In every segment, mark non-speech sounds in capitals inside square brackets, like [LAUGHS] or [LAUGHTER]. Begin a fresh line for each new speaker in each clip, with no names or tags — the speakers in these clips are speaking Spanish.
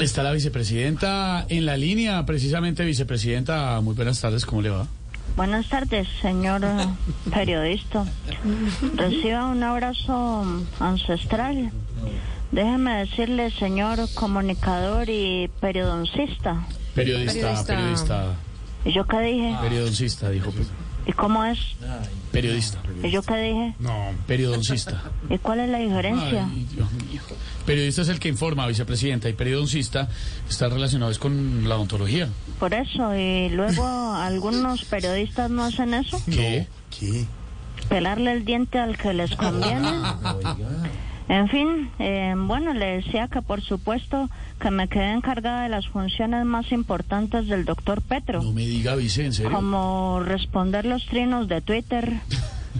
Está la vicepresidenta en la línea, precisamente vicepresidenta. Muy buenas tardes, ¿cómo le va?
Buenas tardes,
[LAUGHS]
señor eh, periodista. Reciba un abrazo ancestral. Déjeme decirle, señor comunicador y periodoncista.
Periodista, periodista,
¿Y yo qué dije?
periodoncista, dijo. pe-
¿Y cómo es?
Periodista.
¿Y yo qué dije?
No, periodoncista.
¿Y cuál es la diferencia?
Ay, Dios mío. Periodista es el que informa, vicepresidenta, y periodoncista está relacionado es con la odontología.
Por eso, y luego algunos periodistas no hacen eso,
¿Qué?
¿Qué?
pelarle el diente al que les conviene. En fin, eh, bueno, le decía que por supuesto que me quedé encargada de las funciones más importantes del doctor Petro.
No me diga, vice, en serio.
como responder los trinos de Twitter,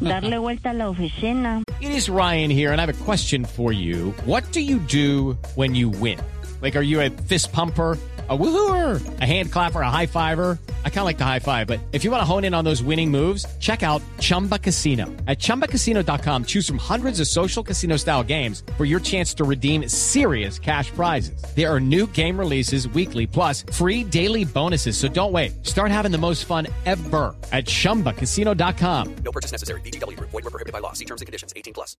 darle vuelta a la oficina.
It is Ryan here, and I have a question for you. What do you do when you win? Like, are you a fist pumper? A woohooer, a hand clapper, a high fiver. I kind of like the high five, but if you want to hone in on those winning moves, check out Chumba Casino. At chumbacasino.com, choose from hundreds of social casino style games for your chance to redeem serious cash prizes. There are new game releases weekly, plus free daily bonuses. So don't wait. Start having the most fun ever at chumbacasino.com.
No purchase necessary. BGW. Void were prohibited by law. See terms and conditions. 18 plus.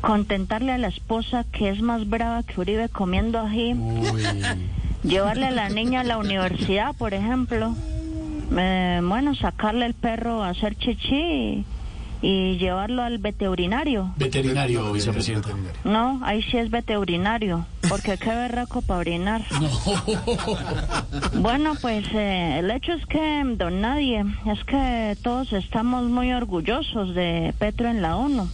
Contentarle a la esposa que es más brava que Uribe comiendo ají. Llevarle a la niña a la universidad, por ejemplo. Eh, bueno, sacarle el perro a hacer chichi y, y llevarlo al veterinario.
Veterinario, vicepresidenta. [LAUGHS]
No, ahí sí es veterinario, porque qué berraco para orinar. Bueno, pues eh, el hecho es que, don Nadie, es que todos estamos muy orgullosos de Petro en la ONU.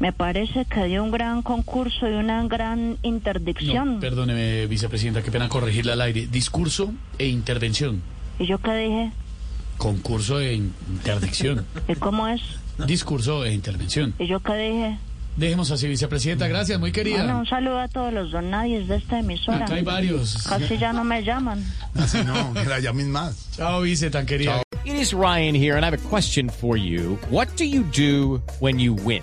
Me parece que dio un gran concurso y una gran interdicción.
No, perdóneme, vicepresidenta, qué pena corregirla al aire. Discurso e intervención.
¿Y yo qué dije?
Concurso e interdicción.
¿Y cómo es?
Discurso e intervención.
¿Y yo qué dije?
Dejemos así, vicepresidenta. Gracias, muy querida.
Bueno, un saludo a todos los don Nadies de esta emisora.
Acá hay varios.
Casi ya no me llaman.
No, que la llamen más.
Chao, vice, tan querida.
It is Ryan here, and I have a question for you. What do you do when you win?